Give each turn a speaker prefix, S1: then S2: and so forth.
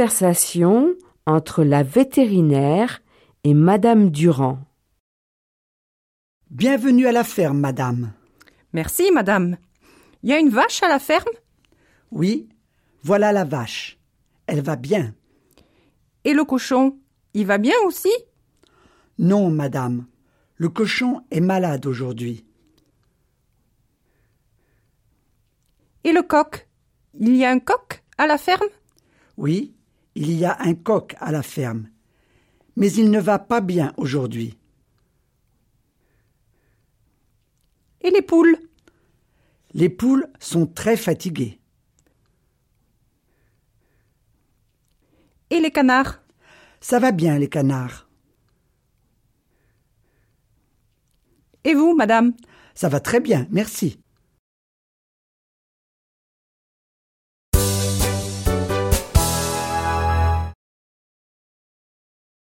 S1: Conversation entre la vétérinaire et Madame Durand.
S2: Bienvenue à la ferme, madame.
S3: Merci, madame. Il y a une vache à la ferme
S2: Oui, voilà la vache. Elle va bien.
S3: Et le cochon, il va bien aussi
S2: Non, madame. Le cochon est malade aujourd'hui.
S3: Et le coq Il y a un coq à la ferme
S2: Oui, il y a un coq à la ferme. Mais il ne va pas bien aujourd'hui.
S3: Et les poules
S2: Les poules sont très fatiguées.
S3: Et les canards
S2: Ça va bien, les canards.
S3: Et vous, madame
S2: Ça va très bien, merci.